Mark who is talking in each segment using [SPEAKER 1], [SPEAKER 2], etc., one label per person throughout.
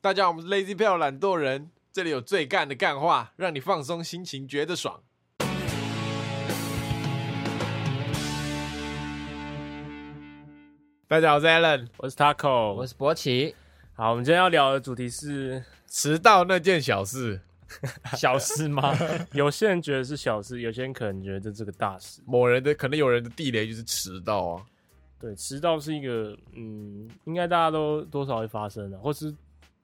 [SPEAKER 1] 大家好，我们是 Lazy Bell 懒惰人，这里有最干的干话，让你放松心情，觉得爽。
[SPEAKER 2] 大家好，我是 Alan。
[SPEAKER 3] 我是 Taco，
[SPEAKER 4] 我是博奇，
[SPEAKER 3] 好，我们今天要聊的主题是
[SPEAKER 1] 迟到那件小事，
[SPEAKER 3] 小事 吗？有些人觉得是小事，有些人可能觉得这是个大事。
[SPEAKER 1] 某人的可能有人的地雷就是迟到啊。
[SPEAKER 3] 对，迟到是一个，嗯，应该大家都多少会发生的、或是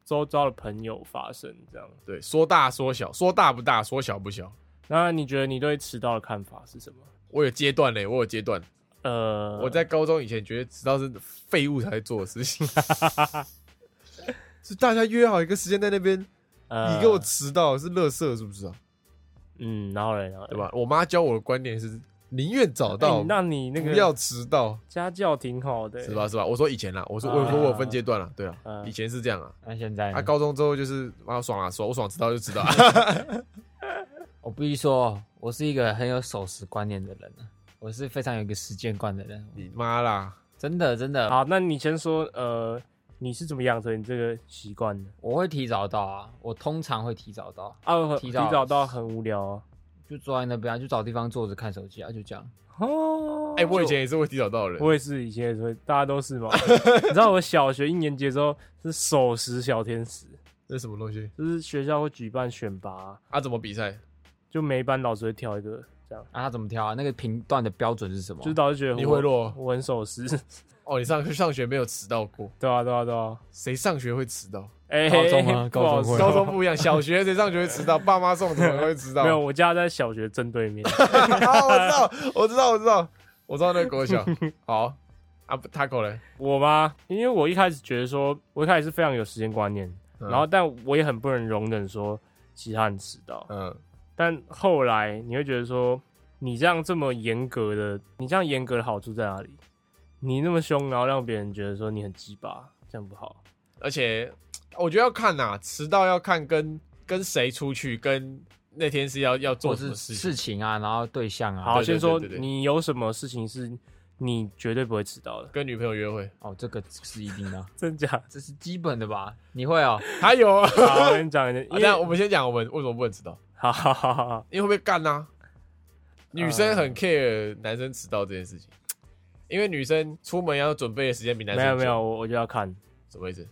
[SPEAKER 3] 周遭的朋友发生这样。
[SPEAKER 1] 对，说大说小，说大不大，说小不小。
[SPEAKER 3] 那你觉得你对迟到的看法是什么？
[SPEAKER 1] 我有阶段嘞，我有阶段。
[SPEAKER 3] 呃，
[SPEAKER 1] 我在高中以前觉得迟到是废物才会做的事情， 是大家约好一个时间在那边，
[SPEAKER 3] 呃，
[SPEAKER 1] 你给我迟到是乐色是不是啊？
[SPEAKER 3] 嗯，然后嘞，然后嘞
[SPEAKER 1] 对？吧？我妈教我的观点是宁愿早
[SPEAKER 3] 哎
[SPEAKER 1] 到，
[SPEAKER 3] 那你那
[SPEAKER 1] 不
[SPEAKER 3] 个
[SPEAKER 1] 要迟到，
[SPEAKER 3] 家教挺好的、
[SPEAKER 1] 是吧？？是吧？我说以前啦，我说
[SPEAKER 3] 啊
[SPEAKER 1] 我说我有分阶段啦，对啊，
[SPEAKER 3] 啊哎
[SPEAKER 1] 以前是这样啊。
[SPEAKER 4] 那现在呢
[SPEAKER 1] 啊，高中之后就是啊爽啊爽，我爽迟到就 迟到啊，
[SPEAKER 4] 我必须说，我是一个很有守时观念的人啊，我是非常有一个时间观的人，
[SPEAKER 1] 你妈啦！
[SPEAKER 4] 真的真的，
[SPEAKER 3] 欸好，那你先说，呃，你是怎么养成你这个习惯的？
[SPEAKER 4] 我会提早到啊，我通常会提早到，
[SPEAKER 3] 啊，很
[SPEAKER 4] 提
[SPEAKER 3] 提
[SPEAKER 4] 早
[SPEAKER 3] 早到很无聊啊。
[SPEAKER 4] 就坐在那边啊，就找地方坐着看手机啊，就这样。
[SPEAKER 3] 哦，
[SPEAKER 1] 哎，我以前也是会提早到的人，
[SPEAKER 3] 我也是，以前也是会，大家都是嘛。 你知道我小学一年级的时候是守时小天使，
[SPEAKER 1] 这是什么东西
[SPEAKER 3] 就是学校会举办选拔，
[SPEAKER 1] 啊？怎么比赛？
[SPEAKER 3] 就每一班老师会挑一个这样。
[SPEAKER 4] 啊，他怎么挑啊？那个评断的标准是什么？
[SPEAKER 3] 就是老师觉得
[SPEAKER 1] 你
[SPEAKER 3] 我
[SPEAKER 1] 会落
[SPEAKER 3] 我很守时，
[SPEAKER 1] 哦，你上上学没有迟到过？
[SPEAKER 3] 对啊，对啊，对啊。
[SPEAKER 1] 谁上学会迟到？
[SPEAKER 3] 哎、
[SPEAKER 4] 高中吗
[SPEAKER 3] 不好
[SPEAKER 4] 高中会
[SPEAKER 3] 说
[SPEAKER 1] 啊高中不一样，小学谁上学会迟到？爸妈送怎么会迟到？
[SPEAKER 3] 没有，我家在小学正 对面。
[SPEAKER 1] 啊，我知道，我知道，我知道，我知道那个国 小。好啊不，Taco 嘞，
[SPEAKER 3] 我吗？因为我一开始觉得说，我一开始是非常有时间观念，
[SPEAKER 1] 嗯
[SPEAKER 3] 然后但我也很不能容忍说其他人迟到。
[SPEAKER 1] 嗯，
[SPEAKER 3] 但后来你会觉得说，你这样这么严格的，你这样严格的好处在哪里？你那么凶，然后让别人觉得说你很鸡巴，这样不好。
[SPEAKER 1] 而且我觉得要看呐，迟到要看跟跟谁出去，跟那天是要要
[SPEAKER 4] 或
[SPEAKER 1] 做什
[SPEAKER 4] 是
[SPEAKER 1] 么事情。
[SPEAKER 4] 事情啊，然后对象啊。
[SPEAKER 3] 好，
[SPEAKER 1] 对对
[SPEAKER 3] 先说
[SPEAKER 1] 对对对
[SPEAKER 3] 你有什么事情是你绝对不会迟到 的，
[SPEAKER 1] 跟女朋友约会，
[SPEAKER 4] 哦，这个是一定的，
[SPEAKER 3] 真假？
[SPEAKER 4] 这是基本的吧？你会哦？
[SPEAKER 1] 还有啊，
[SPEAKER 3] 好，我跟你讲一下，
[SPEAKER 1] 啊
[SPEAKER 3] 因
[SPEAKER 1] 这样
[SPEAKER 3] 为
[SPEAKER 1] 我们先讲我们为什么不能迟到，
[SPEAKER 3] 好好好好好，
[SPEAKER 1] 因为会被干呐。女生
[SPEAKER 3] 呃
[SPEAKER 1] 很 care 男生迟到这件事情，因为女生出门要准备的时间比男
[SPEAKER 3] 没
[SPEAKER 1] 生
[SPEAKER 3] 有没
[SPEAKER 1] 久
[SPEAKER 3] 有，，我我就要看，
[SPEAKER 1] 什么意思？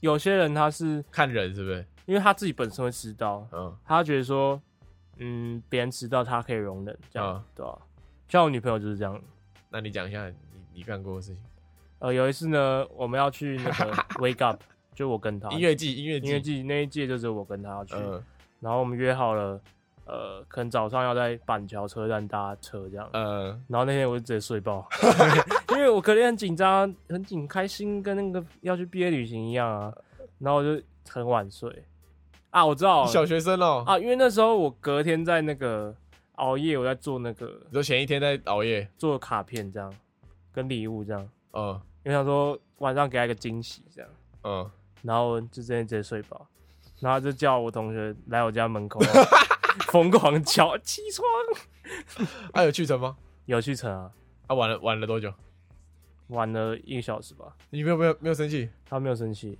[SPEAKER 3] 有些人他是
[SPEAKER 1] 看人是不是？
[SPEAKER 3] 因为他自己本身会迟到，
[SPEAKER 1] 嗯，
[SPEAKER 3] 他觉得说，嗯，别人迟到他可以容忍，这样、
[SPEAKER 1] 嗯
[SPEAKER 3] 对吧、像我女朋友就是这样，
[SPEAKER 1] 那你讲一下你你干过的事情。
[SPEAKER 3] 呃，有一次呢，我们要去那 个 Wake Up，就我跟他
[SPEAKER 1] 音乐季，音乐
[SPEAKER 3] 啊音乐
[SPEAKER 1] 季，
[SPEAKER 3] 季那一届，就是我跟他要去，
[SPEAKER 1] 嗯
[SPEAKER 3] 然后我们约好了，呃，可能早上要在板桥车站搭车这样。
[SPEAKER 1] 呃，
[SPEAKER 3] 然后那天我就直接睡 爆，因为我可能很紧张，啊很紧开心，跟那个要去毕业旅行一样啊。然后我就很晚睡啊，我知道了
[SPEAKER 1] 小学生哦，
[SPEAKER 3] 啊，因为那时候我隔天在那个熬夜，我在做那个
[SPEAKER 1] 你说前一天在熬夜，
[SPEAKER 3] 做卡片这样，跟礼物这样，
[SPEAKER 1] 嗯
[SPEAKER 3] 因为想说晚上给他一个惊喜这样，
[SPEAKER 1] 嗯，
[SPEAKER 3] 然后就直接直接睡饱，然后他就叫我同学来我家门 口疯狂敲起床，
[SPEAKER 1] 啊有去成吗？
[SPEAKER 3] 有去成啊，
[SPEAKER 1] 啊晚了晚了多久？
[SPEAKER 3] 玩了一个小时吧，
[SPEAKER 1] 你没有没有没有生气？
[SPEAKER 3] 他没有生气，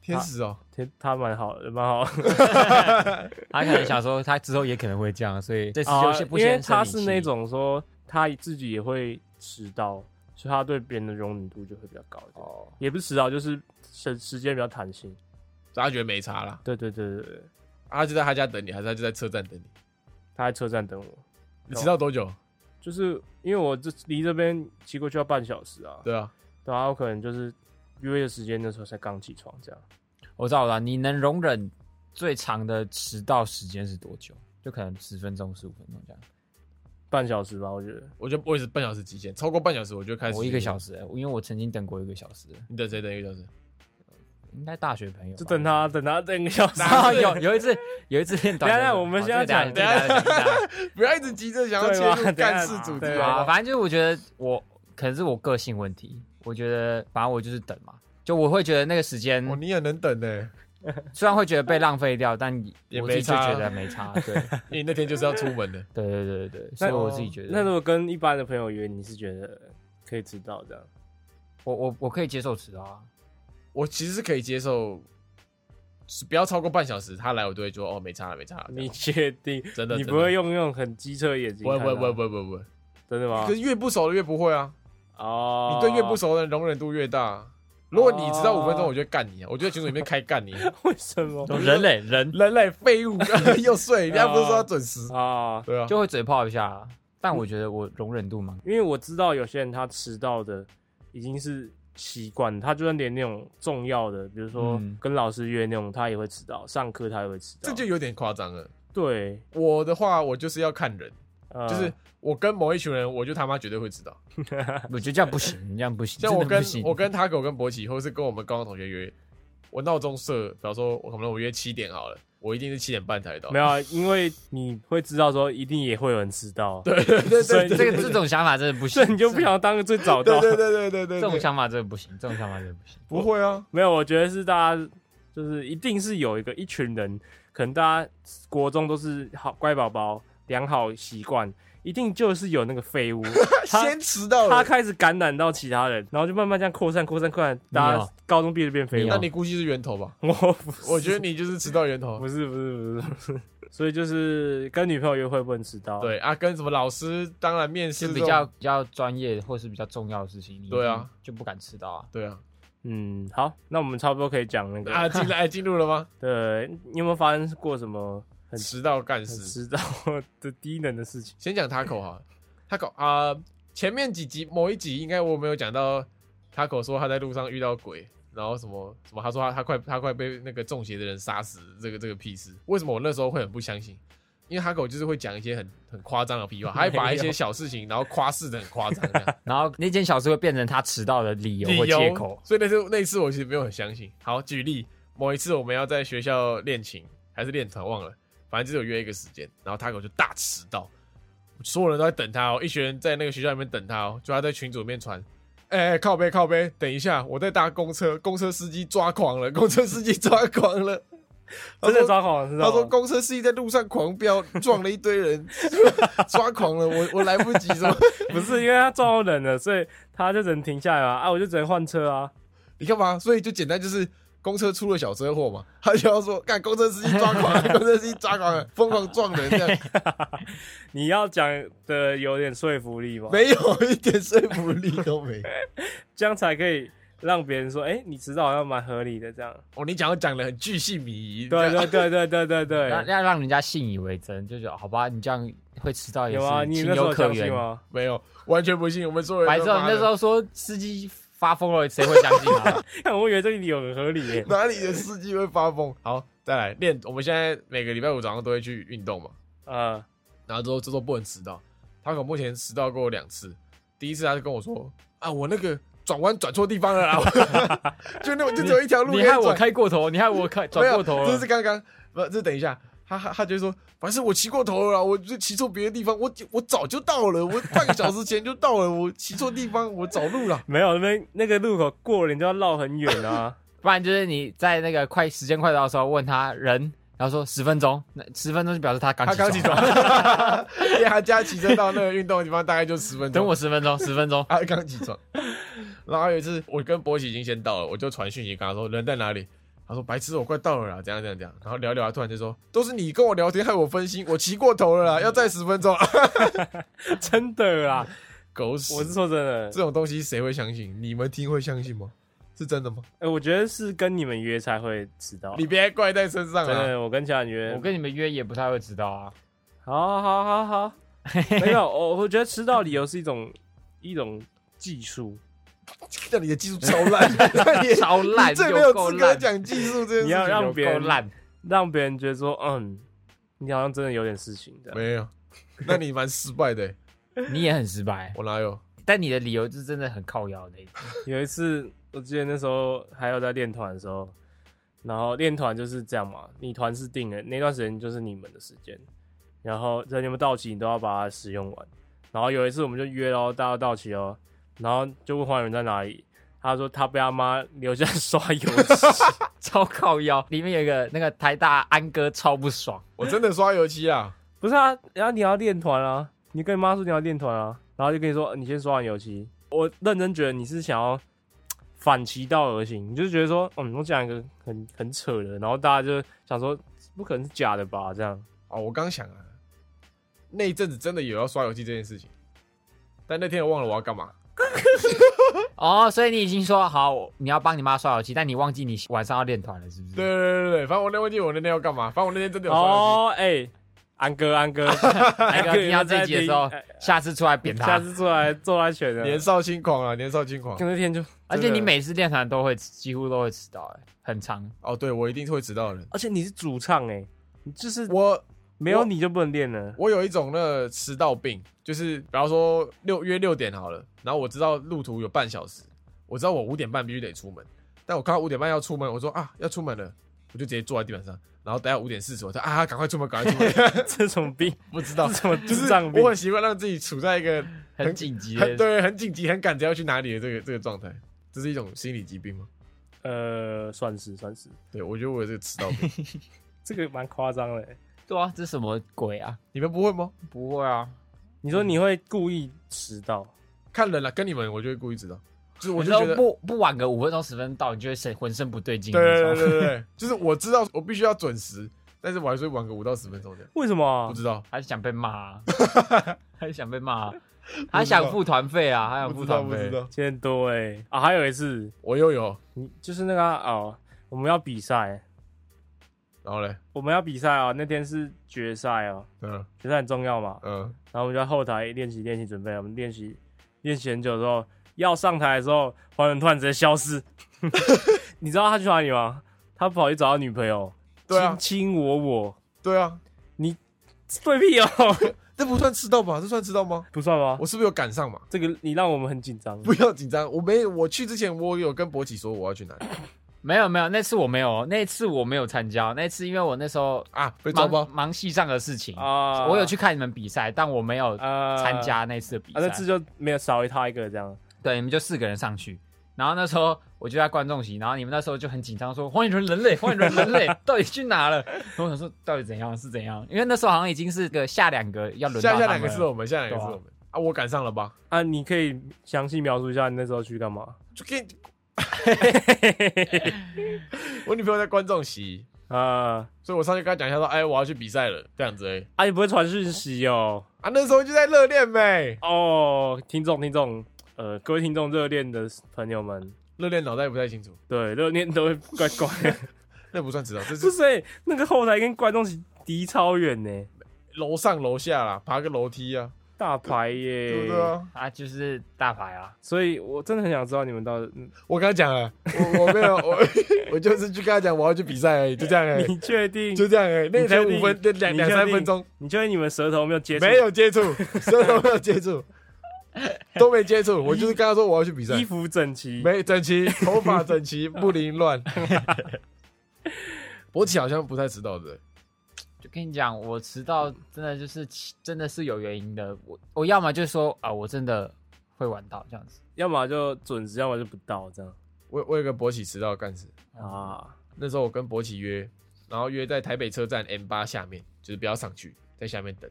[SPEAKER 1] 天使哦，
[SPEAKER 3] 他他蛮好的，蛮好的，
[SPEAKER 4] 他可能想说，他之后也可能会这样，所以这次就
[SPEAKER 3] 啊
[SPEAKER 4] 先不
[SPEAKER 3] 因为
[SPEAKER 4] 先
[SPEAKER 3] 他
[SPEAKER 4] 声
[SPEAKER 3] 是
[SPEAKER 4] 明
[SPEAKER 3] 那
[SPEAKER 4] 其
[SPEAKER 3] 种说他自己也会迟到，所以他对别人的容忍度就会比较高一点，
[SPEAKER 4] 哦，
[SPEAKER 3] 也不是迟到，就是时时间比较弹性。
[SPEAKER 1] 大家觉得没差啦，
[SPEAKER 3] 对对对对对，
[SPEAKER 1] 啊他就在他家等你，还是他就在车站等你？
[SPEAKER 3] 他在车站等我，
[SPEAKER 1] 你迟到多久？
[SPEAKER 3] 就是因为我这离这边骑过去要半小时啊，
[SPEAKER 1] 对啊，
[SPEAKER 3] 然后可能就是约的时间那时候才刚起床这样，
[SPEAKER 4] 我知道了，你能容忍最长的迟到时间是多久？就可能十分钟、十五分钟这样。
[SPEAKER 3] 半小时吧，我觉得
[SPEAKER 1] 我觉得我也是半小时极限，超过半小时我就开始。
[SPEAKER 4] 我一个小
[SPEAKER 1] 时，
[SPEAKER 4] 时、欸因为我曾经等过一个小时，
[SPEAKER 1] 你等谁等一个小时？
[SPEAKER 4] 应该大学朋友吧
[SPEAKER 3] 就等。 他等他等一个小时。
[SPEAKER 4] 啊，有有一次，有一次 很
[SPEAKER 3] 等
[SPEAKER 4] 短的。
[SPEAKER 3] 一下我们
[SPEAKER 4] 哦
[SPEAKER 3] 现在
[SPEAKER 4] 这个
[SPEAKER 3] 讲
[SPEAKER 4] 等一下等一下等一下
[SPEAKER 1] 不要一直急着想要
[SPEAKER 3] 对
[SPEAKER 1] 切
[SPEAKER 3] 吧
[SPEAKER 1] 入
[SPEAKER 3] 等一
[SPEAKER 1] 干
[SPEAKER 3] 下
[SPEAKER 1] 事主题
[SPEAKER 3] 对
[SPEAKER 4] 啊，
[SPEAKER 1] 啊。
[SPEAKER 4] 反正就是我觉得我可能是我个性问题，我觉得反正我就是等嘛，就我会觉得那个时间
[SPEAKER 1] 哦，你也能等呢，
[SPEAKER 4] 虽然会觉得被浪费掉，但
[SPEAKER 1] 也
[SPEAKER 4] 我
[SPEAKER 1] 没
[SPEAKER 4] 自己就
[SPEAKER 1] 差
[SPEAKER 4] 觉得没差。对
[SPEAKER 1] 因为你那天就是要出门的。
[SPEAKER 4] 对对对对对，所
[SPEAKER 3] 那
[SPEAKER 4] 以我自己觉
[SPEAKER 3] 那如
[SPEAKER 4] 得，
[SPEAKER 3] 果跟一般的朋友约，你是觉得可以迟到这样？
[SPEAKER 4] 我我我可以接受迟到啊。
[SPEAKER 1] 我其实是可以接受是不要超过半小时，他来我都会说哦没差了没差了。这
[SPEAKER 3] 你
[SPEAKER 1] 样
[SPEAKER 3] 确定？
[SPEAKER 1] 真的
[SPEAKER 3] 你
[SPEAKER 1] 真
[SPEAKER 3] 不
[SPEAKER 1] 的
[SPEAKER 3] 会用那种很机车的眼睛
[SPEAKER 1] 不会
[SPEAKER 3] 看
[SPEAKER 1] 不会
[SPEAKER 3] 他？
[SPEAKER 1] 不会不会不会不会，
[SPEAKER 3] 真的吗
[SPEAKER 1] 啊可？是越不熟的越不会啊，
[SPEAKER 3] 哦，
[SPEAKER 1] 你对越不，熟的人容忍度越大。如果你迟到五分钟，
[SPEAKER 3] 哦
[SPEAKER 1] 我就会干你啊！我就在群组里面开干你，啊
[SPEAKER 3] 为什么？
[SPEAKER 4] 人类人
[SPEAKER 1] 人类废物 又睡，人家不是说要准时？
[SPEAKER 3] 啊，
[SPEAKER 1] 对啊，
[SPEAKER 4] 哦就会嘴炮一下啊，但我觉得我容忍度蛮
[SPEAKER 3] 因为我知道有些人他迟到的已经是习惯，他就算连那种重要的，比如说
[SPEAKER 4] 嗯
[SPEAKER 3] 跟老师约那种，他也会迟到，上课他也会迟到。
[SPEAKER 1] 这就有点夸张了。
[SPEAKER 3] 对，
[SPEAKER 1] 我的话，我就是要看人，
[SPEAKER 3] 呃
[SPEAKER 4] 嗯
[SPEAKER 1] 就是我跟某一群人，我就他妈绝对会迟到。
[SPEAKER 4] 我觉得这样不行，这样不行，
[SPEAKER 1] 像我
[SPEAKER 4] 真的
[SPEAKER 1] 跟
[SPEAKER 4] 不行
[SPEAKER 1] 我跟他狗跟博奇，或是跟我们高中同学约，我闹钟设，比方说我可能我约七点好了，我一定是七点半才到。
[SPEAKER 3] 没有啊，因为你会知道说一定也会有人迟到，对，
[SPEAKER 1] 对
[SPEAKER 3] 所以
[SPEAKER 1] 对
[SPEAKER 3] 你
[SPEAKER 1] 对
[SPEAKER 4] 这个这种想法真的不
[SPEAKER 3] 所
[SPEAKER 4] 行，
[SPEAKER 3] 以你就不想当个最早 到
[SPEAKER 1] 对。对对对对对，
[SPEAKER 4] 这种想法真的不行，这种想法真的不行。
[SPEAKER 1] 不会啊，
[SPEAKER 3] 没有，我觉得是大家就是一定是有一个一群人，可能大家国中都是好乖宝宝，良好习惯，一定就是有那个废 物，他
[SPEAKER 1] 先迟到
[SPEAKER 3] 他
[SPEAKER 1] 了。
[SPEAKER 3] 开始感染到其他人，然后就慢慢这样扩散、扩散、扩散，大
[SPEAKER 4] 你
[SPEAKER 3] 家
[SPEAKER 4] 哦
[SPEAKER 3] 高中毕业就变废物
[SPEAKER 1] 那。你估计是源头吧？
[SPEAKER 3] 我不是
[SPEAKER 1] 我觉得你就是迟到源头
[SPEAKER 3] 不。是不是不是不是，所以就是跟女朋友约会不能迟到。，
[SPEAKER 1] 对啊，跟什么老师，当然面试
[SPEAKER 4] 是
[SPEAKER 1] 这
[SPEAKER 4] 比
[SPEAKER 1] 种
[SPEAKER 4] 较比较专业或是比较重要的事情，你
[SPEAKER 1] 对啊，
[SPEAKER 4] 就不敢迟到啊。
[SPEAKER 1] 对啊。
[SPEAKER 3] 嗯，好，那我们差不多可以讲那个。
[SPEAKER 1] 啊，进来进入了吗？
[SPEAKER 3] 对，你有没有发生过什么 很
[SPEAKER 1] 迟到干
[SPEAKER 3] 很
[SPEAKER 1] 事。
[SPEAKER 3] 迟到 的低能的事情？
[SPEAKER 1] 先讲 Taco 哈，Taco 啊、前面几集某一集应该我没有讲到，Taco 说他在路上遇到鬼，然后什么什么，他说他他快他快被那个中邪的人杀死，这个这个屁事。为什么我那时候会很不相信？因为 Taco 就是会讲一些很很夸张的屁话，还会把一些小事情然后夸饰的很夸张，这样
[SPEAKER 4] 然后那件小事会变成他迟到的理由或
[SPEAKER 1] 理
[SPEAKER 4] 借口
[SPEAKER 1] 由。。所以那次那一次我其实没有很相信。好，举例，某一次我们要在学校练琴还是练团忘了，反正就是有约一个时间，然后他给我就大迟到，所有人都在等他哦，一群人在那个学校里面等他哦，就他在群组里面传。哎、靠背靠背，等一下，我在搭公车，公车司机抓狂了，公 车司机抓狂了。
[SPEAKER 3] 真的
[SPEAKER 1] 他说
[SPEAKER 3] 抓狂，是吧？
[SPEAKER 1] 他 说公车司机在路上狂飙，撞了一堆人， 抓狂了，我我来不及什么？
[SPEAKER 3] 不是因为他撞到人了，所以他就只能停下来嘛。啊，我就只能换车啊。
[SPEAKER 1] 你干嘛？所以就简单就是公车出了小车祸嘛，他就要说干公车司机抓狂了，公车司机抓狂了，疯狂撞人这 样，
[SPEAKER 3] 你要讲的有点说服力嘛，
[SPEAKER 1] 没有一点说服力都没。
[SPEAKER 3] 这样才可以让别人说，哎、你迟到好像蛮合理的这样。
[SPEAKER 1] 哦，你讲要讲的很巨细靡遗，
[SPEAKER 3] 对
[SPEAKER 1] 这样
[SPEAKER 3] 对对对对对
[SPEAKER 4] 要
[SPEAKER 3] 对，
[SPEAKER 4] 要让人家信以为真，就觉得好吧，你这样会迟到也
[SPEAKER 3] 有啊，
[SPEAKER 4] 是
[SPEAKER 3] 你
[SPEAKER 4] 情
[SPEAKER 3] 那时候
[SPEAKER 4] 有
[SPEAKER 3] 有
[SPEAKER 4] 可
[SPEAKER 3] 相信
[SPEAKER 4] 原。
[SPEAKER 3] 吗？
[SPEAKER 1] 没有，完全不信。我们所有人
[SPEAKER 4] 白
[SPEAKER 1] 都
[SPEAKER 4] 痴哦，
[SPEAKER 1] 妈
[SPEAKER 4] 你
[SPEAKER 1] 的
[SPEAKER 4] 那时候说司机发疯了，谁会相信啊？
[SPEAKER 3] 看，我以为这里有很合理耶。
[SPEAKER 1] 哪里的司机会发疯？好，再来练。我们现在每个礼拜五早上都会去运动嘛，
[SPEAKER 3] 呃，
[SPEAKER 1] 然后之后这都不能迟到。他可目前迟到过两次，第一次他就跟我说啊，我那个转弯转错地方了啦， 就那么就只有一条路可以
[SPEAKER 4] 你害
[SPEAKER 1] 转
[SPEAKER 4] 我。开过头，你害我开
[SPEAKER 1] 没
[SPEAKER 4] 转
[SPEAKER 1] 有
[SPEAKER 4] 过头
[SPEAKER 1] 这
[SPEAKER 4] 了
[SPEAKER 1] 是。刚刚不，这等一下，他他他就说，反正我骑过头了啦，我就骑错别的地方，我我早就到了，我半个小时前就到了，我骑错地方，我找路了。
[SPEAKER 3] 没有，那边那个路口过了，你就要绕很远啊。
[SPEAKER 4] 不然就是你在那个快时间快到的时候问他人，然后说十分钟，那十分钟就表示他刚
[SPEAKER 1] 他刚起
[SPEAKER 4] 起
[SPEAKER 1] 床，
[SPEAKER 4] 床。
[SPEAKER 1] 因为他家骑车到那个运动的地方大概就十分钟。
[SPEAKER 4] 等我十分钟，十 分钟。
[SPEAKER 1] 他刚起床，然后还有一次我跟博喜已经先到了，我就传讯息跟他说人在哪里。他说：“白痴，我快到了啦，怎样怎样怎样。”然后聊一聊，他突然就说：“都是你跟我聊天害我分心，我骑过头了啦，要再十分钟。
[SPEAKER 3] 真的啦，”
[SPEAKER 1] 狗屎！
[SPEAKER 3] 我是说真的。
[SPEAKER 1] 这种东西谁会相信？你们听会相信吗？是真的吗？
[SPEAKER 3] 哎、我觉得是跟你们约才会迟到。
[SPEAKER 1] 你别怪在身上
[SPEAKER 3] 啊真
[SPEAKER 1] 啊！
[SPEAKER 3] 的，我跟其他人约，
[SPEAKER 4] 我跟你们约也不太会迟到啊。
[SPEAKER 3] 好好好好，没有，我我觉得迟到理由是一种一种技术，
[SPEAKER 1] 那你的技术超烂，那你
[SPEAKER 4] 超烂，
[SPEAKER 1] 你最没有
[SPEAKER 4] 有够
[SPEAKER 1] 资格
[SPEAKER 4] 烂，
[SPEAKER 1] 讲技术这件事情。
[SPEAKER 3] 你要让
[SPEAKER 4] 有
[SPEAKER 3] 别人
[SPEAKER 4] 够烂。
[SPEAKER 3] 让别人觉得说，嗯，你好像真的有点事情的。
[SPEAKER 1] 没有，那你蛮失败的欸。
[SPEAKER 4] 你也很失败，
[SPEAKER 1] 我哪有？
[SPEAKER 4] 但你的理由就是真的很靠腰的。
[SPEAKER 3] 有一次，我记得那时候还有在练团的时候，然后练团就是这样嘛，你团是定了，那段时间就是你们的时间，然后人你们到齐，你都要把它使用完。然后有一次我们就约喽，大家都到齐哦，然后就问黄远在哪里，他说他被他妈留下来刷油漆，
[SPEAKER 4] 超靠腰，里面有一个那个台大安哥超不爽，
[SPEAKER 1] 我真的刷油漆啊！
[SPEAKER 3] 不是啊，然后你要练团啊，你跟你妈说你要练团啊，然后就跟你说你先刷完油漆。我认真觉得你是想要。反其道而行，你就觉得说，嗯，我讲一个很很扯的，然后大家就想说，不可能是假的吧？这样
[SPEAKER 1] 哦，我刚想啊，那一阵子真的有要刷游戏这件事情，但那天我忘了我要干嘛。
[SPEAKER 4] 哦，所以你已经说好我你要帮你妈刷游戏，但你忘记你晚上要练团了，是不是？
[SPEAKER 1] 对对对对对，反正我那忘记我那天要干嘛，反正我那天真的有刷游戏。
[SPEAKER 3] 哦，哎、安哥，安哥，
[SPEAKER 4] 那
[SPEAKER 3] 安
[SPEAKER 4] 个听到这一集的时候
[SPEAKER 3] 在听，
[SPEAKER 4] 下次出来扁
[SPEAKER 3] 下
[SPEAKER 4] 他。
[SPEAKER 3] 次出来做安全的，
[SPEAKER 1] 年少轻狂啊，年少轻狂。
[SPEAKER 3] 那天就，
[SPEAKER 4] 而且
[SPEAKER 3] 真的
[SPEAKER 4] 你，每次练团都会几乎都会迟到、哎，很长。
[SPEAKER 1] 哦，对，我一定会迟到的人。
[SPEAKER 3] 而且你是主唱哎、你就是
[SPEAKER 1] 我
[SPEAKER 3] 没有你就不能练 了。
[SPEAKER 1] 我有一种那个迟到病，就是比方说六约六点好了，然后我知道路途有半小时，我知道我五点半必须得出门，但我看到五点半要出门，我说啊要出门了，我就直接坐在地板上，然后等到五点四十，我说啊赶快出门，赶快出 门，
[SPEAKER 3] 这种病，
[SPEAKER 1] 不知道
[SPEAKER 3] 这什么
[SPEAKER 1] 就
[SPEAKER 3] 智
[SPEAKER 1] 是
[SPEAKER 3] 障病
[SPEAKER 1] 我？很习惯让自己处在一个
[SPEAKER 4] 很紧急
[SPEAKER 1] 很
[SPEAKER 4] 的，
[SPEAKER 1] 对很紧急、很赶着要去哪里的这个这个状态，这是一种心理疾病吗？
[SPEAKER 3] 呃，算是算是，
[SPEAKER 1] 对，我觉得我有这个迟到 病，
[SPEAKER 3] 这个蛮夸张的欸。
[SPEAKER 4] 对啊，这什么鬼啊？
[SPEAKER 1] 你们不会吗？
[SPEAKER 4] 不会啊，
[SPEAKER 1] 嗯
[SPEAKER 3] 你说你会故意迟到？
[SPEAKER 1] 看人了，跟你们我就会故意迟到，就是我
[SPEAKER 4] 我
[SPEAKER 1] 就
[SPEAKER 4] 就
[SPEAKER 1] 觉得
[SPEAKER 4] 不不晚个五分钟十分钟到，你就会身浑身不对劲。
[SPEAKER 1] 对
[SPEAKER 4] 那
[SPEAKER 1] 对
[SPEAKER 4] 种
[SPEAKER 1] 对对对， 就是我知道我必须要准时，但是我还是会晚个五到十分钟这样。
[SPEAKER 3] 为什么啊
[SPEAKER 4] 哦
[SPEAKER 1] 不？知道，
[SPEAKER 4] 还是想被骂、 啊，还是想被骂、啊，还想付团费啊，还想
[SPEAKER 1] 不
[SPEAKER 4] 付
[SPEAKER 1] 知道，
[SPEAKER 4] 团
[SPEAKER 1] 不知
[SPEAKER 4] 费。
[SPEAKER 1] 道。
[SPEAKER 3] 今天多哎、啊，还有一次，
[SPEAKER 1] 我又有，
[SPEAKER 3] 你就是那个啊哦，我们要比赛，
[SPEAKER 1] 然后嘞，
[SPEAKER 3] 我们要比赛啊，那天是决赛哦，
[SPEAKER 1] 嗯
[SPEAKER 3] 决赛很重要嘛，
[SPEAKER 1] 嗯，
[SPEAKER 3] 然后我们就在后台练习练习准备，我们练习练习很久之后，要上台的时候，黄仁突然直接 消失， 你知道他去哪里吗？他跑去找他女朋友，
[SPEAKER 1] 对啊
[SPEAKER 3] 卿卿我我，
[SPEAKER 1] 对啊，
[SPEAKER 3] 对屁 哦，
[SPEAKER 1] 这不算迟到吧？这算迟到吗？
[SPEAKER 3] 不算
[SPEAKER 4] 哦
[SPEAKER 3] 吗？
[SPEAKER 1] 我是不是有赶上嘛？
[SPEAKER 3] 这个你让我们很紧
[SPEAKER 4] 嗯
[SPEAKER 3] 张，
[SPEAKER 1] 不要紧张，我没我去之前，我有跟博奇说我要去哪 里
[SPEAKER 4] 没有没有，那次我没有，那次我没有参加，那次因为我那时候
[SPEAKER 1] 啊？被抓
[SPEAKER 4] 忙
[SPEAKER 1] 包，
[SPEAKER 4] 忙戏上的事情，
[SPEAKER 3] 啊
[SPEAKER 4] 我有去看你们比赛，但我没有
[SPEAKER 1] 啊
[SPEAKER 3] 呃
[SPEAKER 4] 参加那次的比
[SPEAKER 3] 啊，
[SPEAKER 4] 赛。
[SPEAKER 3] 那次就没有少他一个这样。
[SPEAKER 4] 对，你们就四个人上去，然后那时候我就在观众席，然后你们那时候就很紧张，说黄雨伦人类，黄雨 伦人类到底去哪了？然后我想说到底怎样是怎样，因为那时候好像已经是个下两个要轮到
[SPEAKER 1] 下下
[SPEAKER 4] 他
[SPEAKER 1] 两
[SPEAKER 4] 们
[SPEAKER 1] 个是
[SPEAKER 4] 了
[SPEAKER 1] 我们，下两个是我们啊，我赶上了吧？
[SPEAKER 3] 啊，你可以详细描述一下你那时候去干嘛？
[SPEAKER 1] 就给 你，我女朋友在观众席，
[SPEAKER 3] 啊
[SPEAKER 1] 所以我上去跟她讲一下说，哎，我要去比赛了，这样子而已
[SPEAKER 3] 啊，你不会传讯息哦？
[SPEAKER 1] 啊，那时候就在热恋呗，
[SPEAKER 3] 哦，听众听众，呃，各位听众热恋的朋友们，
[SPEAKER 1] 热恋脑袋不太清楚，
[SPEAKER 3] 对热恋都会怪怪的，
[SPEAKER 1] 那不算迟到，这是
[SPEAKER 3] 不是、欸、那个后台跟观众席离超远呢、
[SPEAKER 1] 楼上楼下啦，爬个楼梯啊，
[SPEAKER 3] 大牌耶、
[SPEAKER 1] 对不对啊？
[SPEAKER 4] 啊，就是大牌啊，
[SPEAKER 3] 所以我真的很想知道你们到底，嗯
[SPEAKER 1] 我跟他讲了，我我没有，我我就是去跟他讲我要去比赛而已，就这样而已，
[SPEAKER 3] 你确定？
[SPEAKER 1] 哎就这样而已，那
[SPEAKER 3] 你
[SPEAKER 1] 才
[SPEAKER 3] 确定
[SPEAKER 1] 五分两两
[SPEAKER 3] 你
[SPEAKER 1] 两
[SPEAKER 3] 确
[SPEAKER 1] 三
[SPEAKER 3] 定
[SPEAKER 1] 分钟，
[SPEAKER 3] 你确定你们舌头没有接触？
[SPEAKER 1] 没有接触，舌头没有接触，都没接触，我就是跟他说我要去比赛
[SPEAKER 3] 衣，服整齐，
[SPEAKER 1] 没整齐，头发整齐，不凌 乱。博奇好像不太迟到的，
[SPEAKER 4] 就跟你讲，我迟到真的就是真的是有原因的，我我要么就说啊，我真的会晚到这样子，
[SPEAKER 3] 要么就准时，要么就不到这样
[SPEAKER 1] 我我有个博奇迟到的干事，
[SPEAKER 3] 啊。
[SPEAKER 1] 那时候我跟博奇约，然后约在台北车站 M 八下面，就是不要上去，在下面等。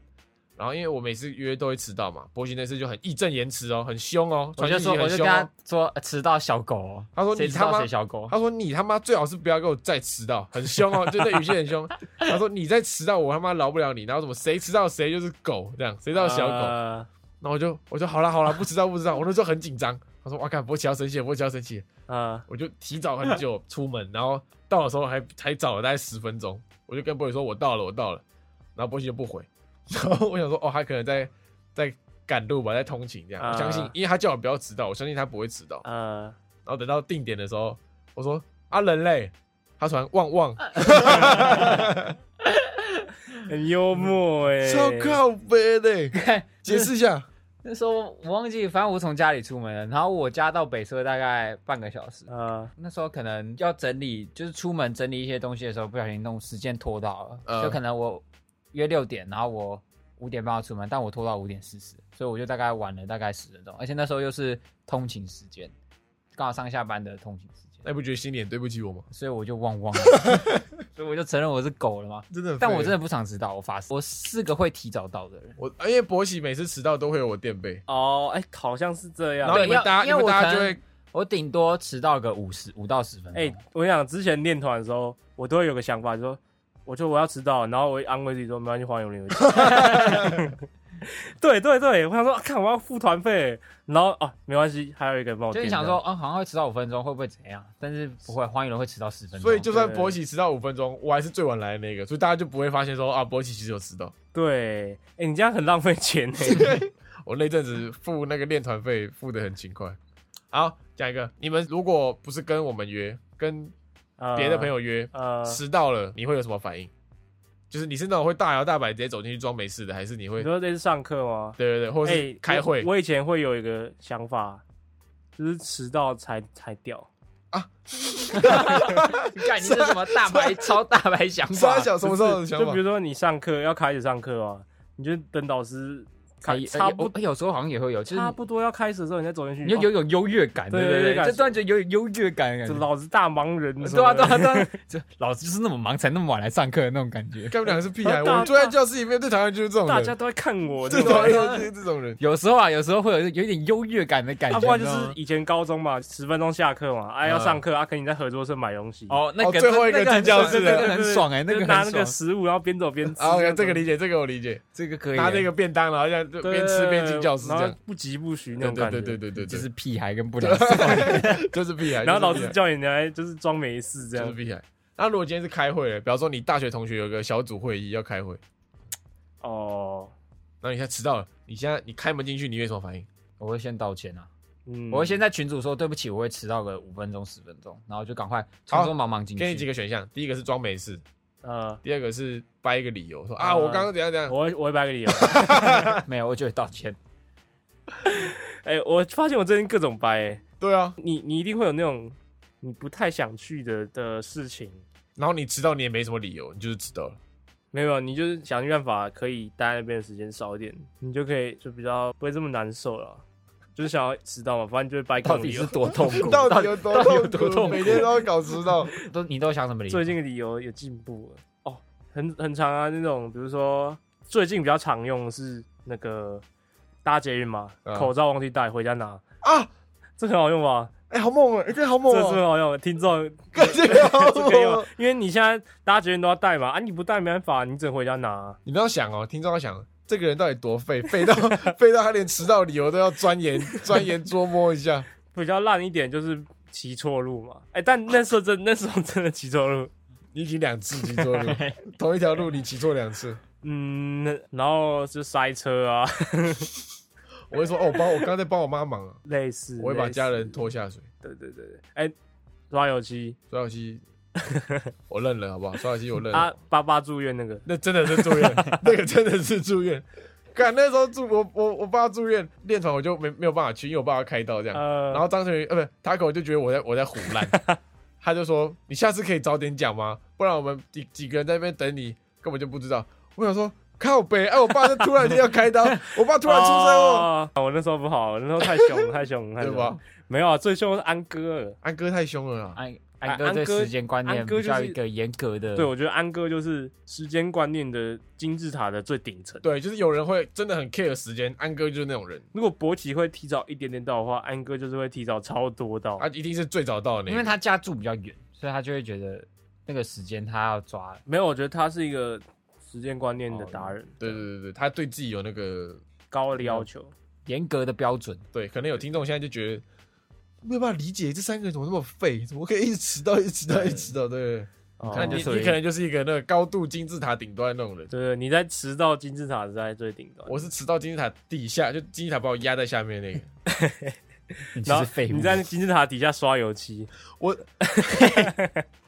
[SPEAKER 1] 然后因为我每次约都会迟到嘛，博奇那次就很义正言辞哦，很凶哦，
[SPEAKER 4] 我
[SPEAKER 1] 传讯
[SPEAKER 4] 就
[SPEAKER 1] 息
[SPEAKER 4] 说我
[SPEAKER 1] 很
[SPEAKER 4] 就
[SPEAKER 1] 凶
[SPEAKER 4] 跟
[SPEAKER 1] 哦
[SPEAKER 4] 他。说呃迟到小狗、哦，
[SPEAKER 1] 他说
[SPEAKER 4] 谁
[SPEAKER 1] 你
[SPEAKER 4] 知
[SPEAKER 1] 他
[SPEAKER 4] 道
[SPEAKER 1] 妈
[SPEAKER 4] 谁哦小狗，
[SPEAKER 1] 他说你他妈最好是不要给我再迟到，很凶哦，就那语气很 凶。他说你再迟到我他妈饶不了你，然后什么谁迟到谁就是狗这样，谁
[SPEAKER 3] 知
[SPEAKER 1] 知道小狗。
[SPEAKER 4] 呃
[SPEAKER 3] 狗，
[SPEAKER 1] 然后我就我就好啦好啦，不迟到不迟到，我那时候很紧张。他说哇看博奇要生气了，博奇要生气了，
[SPEAKER 3] 啊，
[SPEAKER 1] 我就提早很久 出门，然后到的时候还还早了大概十分钟，我就跟博奇说我到了，我到了，然后博奇就不回， 然后我想说哦，他可能在在赶路吧，在通勤这样，
[SPEAKER 3] 啊
[SPEAKER 1] 我相信，因为他叫我不要迟到，我相信他不会迟到。
[SPEAKER 4] 啊
[SPEAKER 3] 呃，
[SPEAKER 1] 然后等到定点的时候，我说啊人类，他传旺旺，
[SPEAKER 4] 哎
[SPEAKER 3] 很幽默哎、
[SPEAKER 1] 超靠背的，解释一下，
[SPEAKER 4] 那时候我忘记，反正我从家里出门了，然后我家到北车大概半个小时。
[SPEAKER 3] 啊
[SPEAKER 4] 那时候可能要整理，就是出门整理一些东西的时候，不小心弄时间拖到了，
[SPEAKER 1] 嗯
[SPEAKER 4] 就可能我约六点，然后我五点半要出门，但我拖到五点四十，所以我就大概晚了大概十分钟，而且那时候又是通勤时间，刚好上下班的通勤时间，
[SPEAKER 1] 那你不觉得心里很对不起我吗？
[SPEAKER 4] 所以我就忘忘了，所以我就承认我是狗了嘛。
[SPEAKER 1] 真的很废，
[SPEAKER 4] 但我真的不常迟到，我发誓，我是个会提早到的人。
[SPEAKER 1] 我，因为博喜每次迟到都会有我垫背，
[SPEAKER 3] 哦，哎、好像是这样
[SPEAKER 1] 然后
[SPEAKER 4] 对
[SPEAKER 1] 你们
[SPEAKER 4] 要
[SPEAKER 1] 大家
[SPEAKER 4] 因为
[SPEAKER 1] 你们
[SPEAKER 4] 我
[SPEAKER 1] 大家
[SPEAKER 4] 可
[SPEAKER 1] 就
[SPEAKER 4] 能
[SPEAKER 1] 会
[SPEAKER 4] 我顶多迟到个五十五到十分钟。
[SPEAKER 3] 哎、我跟你讲，之前练团的时候，我都会有个想法，就说我觉得我要迟到，然后我会安慰自己说没关系，黄永林。 对对对，我想说，啊看我要付团费，然后啊，没关系，还有一个人帮我
[SPEAKER 4] 就
[SPEAKER 3] 垫。
[SPEAKER 4] 你想说，啊，好像会迟到五分钟，会不会怎样？但是不会，黄雨伦会迟到十分钟。
[SPEAKER 1] 所以就算
[SPEAKER 3] 对
[SPEAKER 1] 博喜迟到五分钟，我还是最晚来的那个，所以大家就不会发现说啊，博喜其实有迟 到。
[SPEAKER 3] 对，哎、你这样很浪费钱呢、欸
[SPEAKER 1] 我那阵子付那个练团费付的很勤快。好，讲一个，你们如果不是跟我们约，跟
[SPEAKER 3] 呃
[SPEAKER 1] 别的朋，友约，
[SPEAKER 3] 呃，
[SPEAKER 1] 迟到了，你会有什么反应？就是你是那种会大摇大摆直接走进去装没事的，还是你会
[SPEAKER 3] 你
[SPEAKER 1] 对
[SPEAKER 3] 说这是上课吗？
[SPEAKER 1] 对对，或者
[SPEAKER 3] 哎
[SPEAKER 1] 是，开会
[SPEAKER 3] 我我以前会有一个想法，就是迟到才才屌。
[SPEAKER 4] 干，你这什么大白超大白想法
[SPEAKER 1] 三？小什么时候的想
[SPEAKER 3] 就
[SPEAKER 1] 法
[SPEAKER 3] 比如？说你上课要开始上课啊，你就等导师
[SPEAKER 4] 哎
[SPEAKER 3] 开差不
[SPEAKER 4] 有有时候好像也会有，就是
[SPEAKER 3] 差
[SPEAKER 4] 你
[SPEAKER 3] 不多要开始的时候，你再走进去，
[SPEAKER 4] 你就
[SPEAKER 3] 哦
[SPEAKER 4] 有有优越感，
[SPEAKER 3] 对
[SPEAKER 4] 对
[SPEAKER 3] 优越
[SPEAKER 4] 对对，
[SPEAKER 3] 感
[SPEAKER 4] 这突然觉得有有优越感的感
[SPEAKER 3] 这
[SPEAKER 4] 觉。
[SPEAKER 3] 老子大忙人什么的，
[SPEAKER 4] 对啊对啊对啊，这老子就是那么忙才那么晚来上课的那种感觉。
[SPEAKER 1] 干不了是屁孩，
[SPEAKER 3] 大
[SPEAKER 1] 我
[SPEAKER 3] 大
[SPEAKER 1] 们坐在教室里面，最讨厌就是这种
[SPEAKER 3] 大家
[SPEAKER 1] 人，
[SPEAKER 3] 都在看我，
[SPEAKER 1] 最
[SPEAKER 3] 对吧
[SPEAKER 1] 讨厌就是这种人。
[SPEAKER 4] 有时候啊，有时候会有有一点优越感的感
[SPEAKER 3] 啊，
[SPEAKER 4] 觉。哦
[SPEAKER 3] 不然
[SPEAKER 4] 你
[SPEAKER 3] 就
[SPEAKER 4] 知道
[SPEAKER 3] 是
[SPEAKER 4] 吗
[SPEAKER 3] 以前高中嘛，十分钟下课嘛，啊
[SPEAKER 1] 嗯
[SPEAKER 3] 要上课，啊可以你在合作社买东西，
[SPEAKER 4] 哦，那
[SPEAKER 1] 哦啊
[SPEAKER 4] 个
[SPEAKER 1] 最后一个
[SPEAKER 4] 那那
[SPEAKER 1] 进教
[SPEAKER 4] 很爽
[SPEAKER 1] 室
[SPEAKER 4] 那
[SPEAKER 1] 的
[SPEAKER 4] 个很爽
[SPEAKER 1] 欸
[SPEAKER 4] 哎，那
[SPEAKER 3] 就
[SPEAKER 4] 个
[SPEAKER 3] 拿那
[SPEAKER 4] 很
[SPEAKER 3] 个
[SPEAKER 4] 爽
[SPEAKER 3] 食物，然后边走边吃，
[SPEAKER 1] 啊，OK，
[SPEAKER 3] 那种
[SPEAKER 1] 这个理解，这个我理解。
[SPEAKER 4] 这个可以，啊
[SPEAKER 1] 拿那个便当，然后这样就
[SPEAKER 3] 对
[SPEAKER 1] 边吃边进教室这
[SPEAKER 3] 然
[SPEAKER 1] 样
[SPEAKER 3] 后。不疾不徐那
[SPEAKER 1] 对
[SPEAKER 3] 种
[SPEAKER 1] 对
[SPEAKER 3] 感
[SPEAKER 1] 对对
[SPEAKER 3] 觉，
[SPEAKER 1] 对对，
[SPEAKER 4] 就
[SPEAKER 1] 就是
[SPEAKER 4] 是屁孩跟不良少年。
[SPEAKER 1] 就是屁孩。
[SPEAKER 3] 然后老
[SPEAKER 1] 就是
[SPEAKER 3] 师
[SPEAKER 1] 屁
[SPEAKER 3] 叫你来就是装没事这
[SPEAKER 1] 孩就是
[SPEAKER 3] 样，
[SPEAKER 1] 屁孩。那如果今天是开会了，比方说你大学同学有个小组会议要开会，
[SPEAKER 3] 哦，
[SPEAKER 1] 然后你现在迟到了，你现在你开门进去，你有什么反应？
[SPEAKER 4] 我会先道歉啊，
[SPEAKER 3] 嗯，
[SPEAKER 4] 我会先在群主说对不起，我会迟到个五分钟十分钟，然后就赶快匆匆忙忙进去。
[SPEAKER 1] 给你几个选项，第一个是装没事，
[SPEAKER 3] 呃，
[SPEAKER 1] 第二个是掰一个理由，说啊
[SPEAKER 3] 啊
[SPEAKER 1] 我刚刚怎样怎样，
[SPEAKER 3] 我会我会掰个哦理由，
[SPEAKER 4] 没有，我就会道歉。
[SPEAKER 3] 哎，我发现我最近各种掰，哎
[SPEAKER 1] 对啊，
[SPEAKER 3] 你你一定会有那种你不太想去的的事情，
[SPEAKER 1] 然后你迟到你也没什么理由，你就是迟到了。
[SPEAKER 3] 没有，你就是想尽办法可以待在那边的时间少一点，你就可以就比较不会这么难受了。就是想要迟到嘛，反正就会掰各
[SPEAKER 4] 到
[SPEAKER 3] 种
[SPEAKER 4] 底
[SPEAKER 3] 理
[SPEAKER 4] 是
[SPEAKER 3] 由。
[SPEAKER 4] 多痛 苦？
[SPEAKER 1] 到
[SPEAKER 4] 到
[SPEAKER 1] 底有
[SPEAKER 4] 到
[SPEAKER 1] 多
[SPEAKER 4] 底有
[SPEAKER 1] 痛
[SPEAKER 4] 多
[SPEAKER 1] 苦？
[SPEAKER 4] 痛苦
[SPEAKER 1] 每？天都要搞迟到，
[SPEAKER 4] 都你都想什么理由？
[SPEAKER 3] 最 近的理由有进步了哦，很很长啊，那种比如说最近比较常用的是那个搭捷运嘛，
[SPEAKER 1] 嗯
[SPEAKER 3] 口罩忘记带回家拿
[SPEAKER 1] 啊，
[SPEAKER 3] 这很好用吧？
[SPEAKER 1] 哎，好猛啊，哎这好
[SPEAKER 3] 这
[SPEAKER 1] 猛
[SPEAKER 3] 是很
[SPEAKER 1] 啊，
[SPEAKER 3] 好用的，听众
[SPEAKER 1] 这个好
[SPEAKER 3] 这可以
[SPEAKER 1] 猛
[SPEAKER 3] 用
[SPEAKER 1] 啊！，
[SPEAKER 3] 因为你现在搭捷运都要带嘛，啊你不带没办法，你只能回家拿啊。
[SPEAKER 1] 你们要想哦，听众要想，这个人到底多废，废到 废到他连迟到理由都要钻研 钻研琢磨一下。
[SPEAKER 3] 比较烂一点就是骑错路嘛。哎、但那时候真 那时候真的骑错路，
[SPEAKER 1] 你已经两次骑错路，同一条路你骑错两次。
[SPEAKER 3] 嗯，然后就塞车啊，
[SPEAKER 1] 我会说哦，我帮我刚刚在帮我妈忙啊，
[SPEAKER 3] 类似。
[SPEAKER 1] 我会把
[SPEAKER 3] 类似
[SPEAKER 1] 家人。拖下水。
[SPEAKER 3] 对对对对，哎、刷油漆
[SPEAKER 1] 刷小七，我认了好不好？刷小七我认了。
[SPEAKER 3] 啊，爸爸住院那个，
[SPEAKER 1] 那真的是住院，那个真的是住院。干那时候住我我我爸住院练团，我就没没有办法去，因为我爸要开刀这样。
[SPEAKER 3] 呃，
[SPEAKER 1] 然后张成宇呃不塔口就觉得我在我在胡乱， 他就说你下次可以早点讲吗？不然我们几几个人在那边等你，根本就不知道。我想说靠北，哎、我爸就突然间要开刀，我爸突然出生哦，
[SPEAKER 3] 哦我那时候不好，我那时候太 凶了，太凶了，太
[SPEAKER 1] 对
[SPEAKER 3] 凶了
[SPEAKER 1] 吧？？
[SPEAKER 3] 没有啊，最凶的是安哥了。
[SPEAKER 1] 安哥太凶了啦，
[SPEAKER 4] 安
[SPEAKER 3] 安
[SPEAKER 4] 安哥对
[SPEAKER 3] 哥
[SPEAKER 4] 时间观念
[SPEAKER 3] 安哥就
[SPEAKER 4] 比
[SPEAKER 3] 是
[SPEAKER 4] 较一个严格的，
[SPEAKER 3] 对，我觉得安哥就是时间观念的金字塔的最顶层。
[SPEAKER 1] 对，就是有人会真的很 care 时间，安哥就是那种人，
[SPEAKER 3] 如果博奇会提早一点点到的话，安哥就是会提早超多到。
[SPEAKER 1] 啊，一定是最早到的那
[SPEAKER 4] 因
[SPEAKER 1] 个
[SPEAKER 4] 为他家住比较远，所以他就会觉得那个时间他要抓。
[SPEAKER 3] 没有，我觉得他是一个时间观念的达人，
[SPEAKER 1] 对对对对，他对自己有那个
[SPEAKER 3] 高的要
[SPEAKER 1] 啊
[SPEAKER 3] 求。
[SPEAKER 4] 严格的标准，
[SPEAKER 1] 对，可能有听众现在就觉得没有办法理解这三个人怎么那么废，怎么可以一直迟到、一直迟到、一直迟到？对，
[SPEAKER 3] 哦
[SPEAKER 1] 那
[SPEAKER 4] 看
[SPEAKER 1] 你
[SPEAKER 4] 就属于
[SPEAKER 1] 你可能就是一个那个高度金字塔顶端那种人。
[SPEAKER 3] 对对，你在迟到金字塔是在最顶端，
[SPEAKER 1] 我是迟到金字塔底下，就金字塔把我压在下面那 个。
[SPEAKER 4] 你就
[SPEAKER 3] 然后
[SPEAKER 4] 是废物。
[SPEAKER 3] 你在金字塔底下刷油漆。
[SPEAKER 1] 我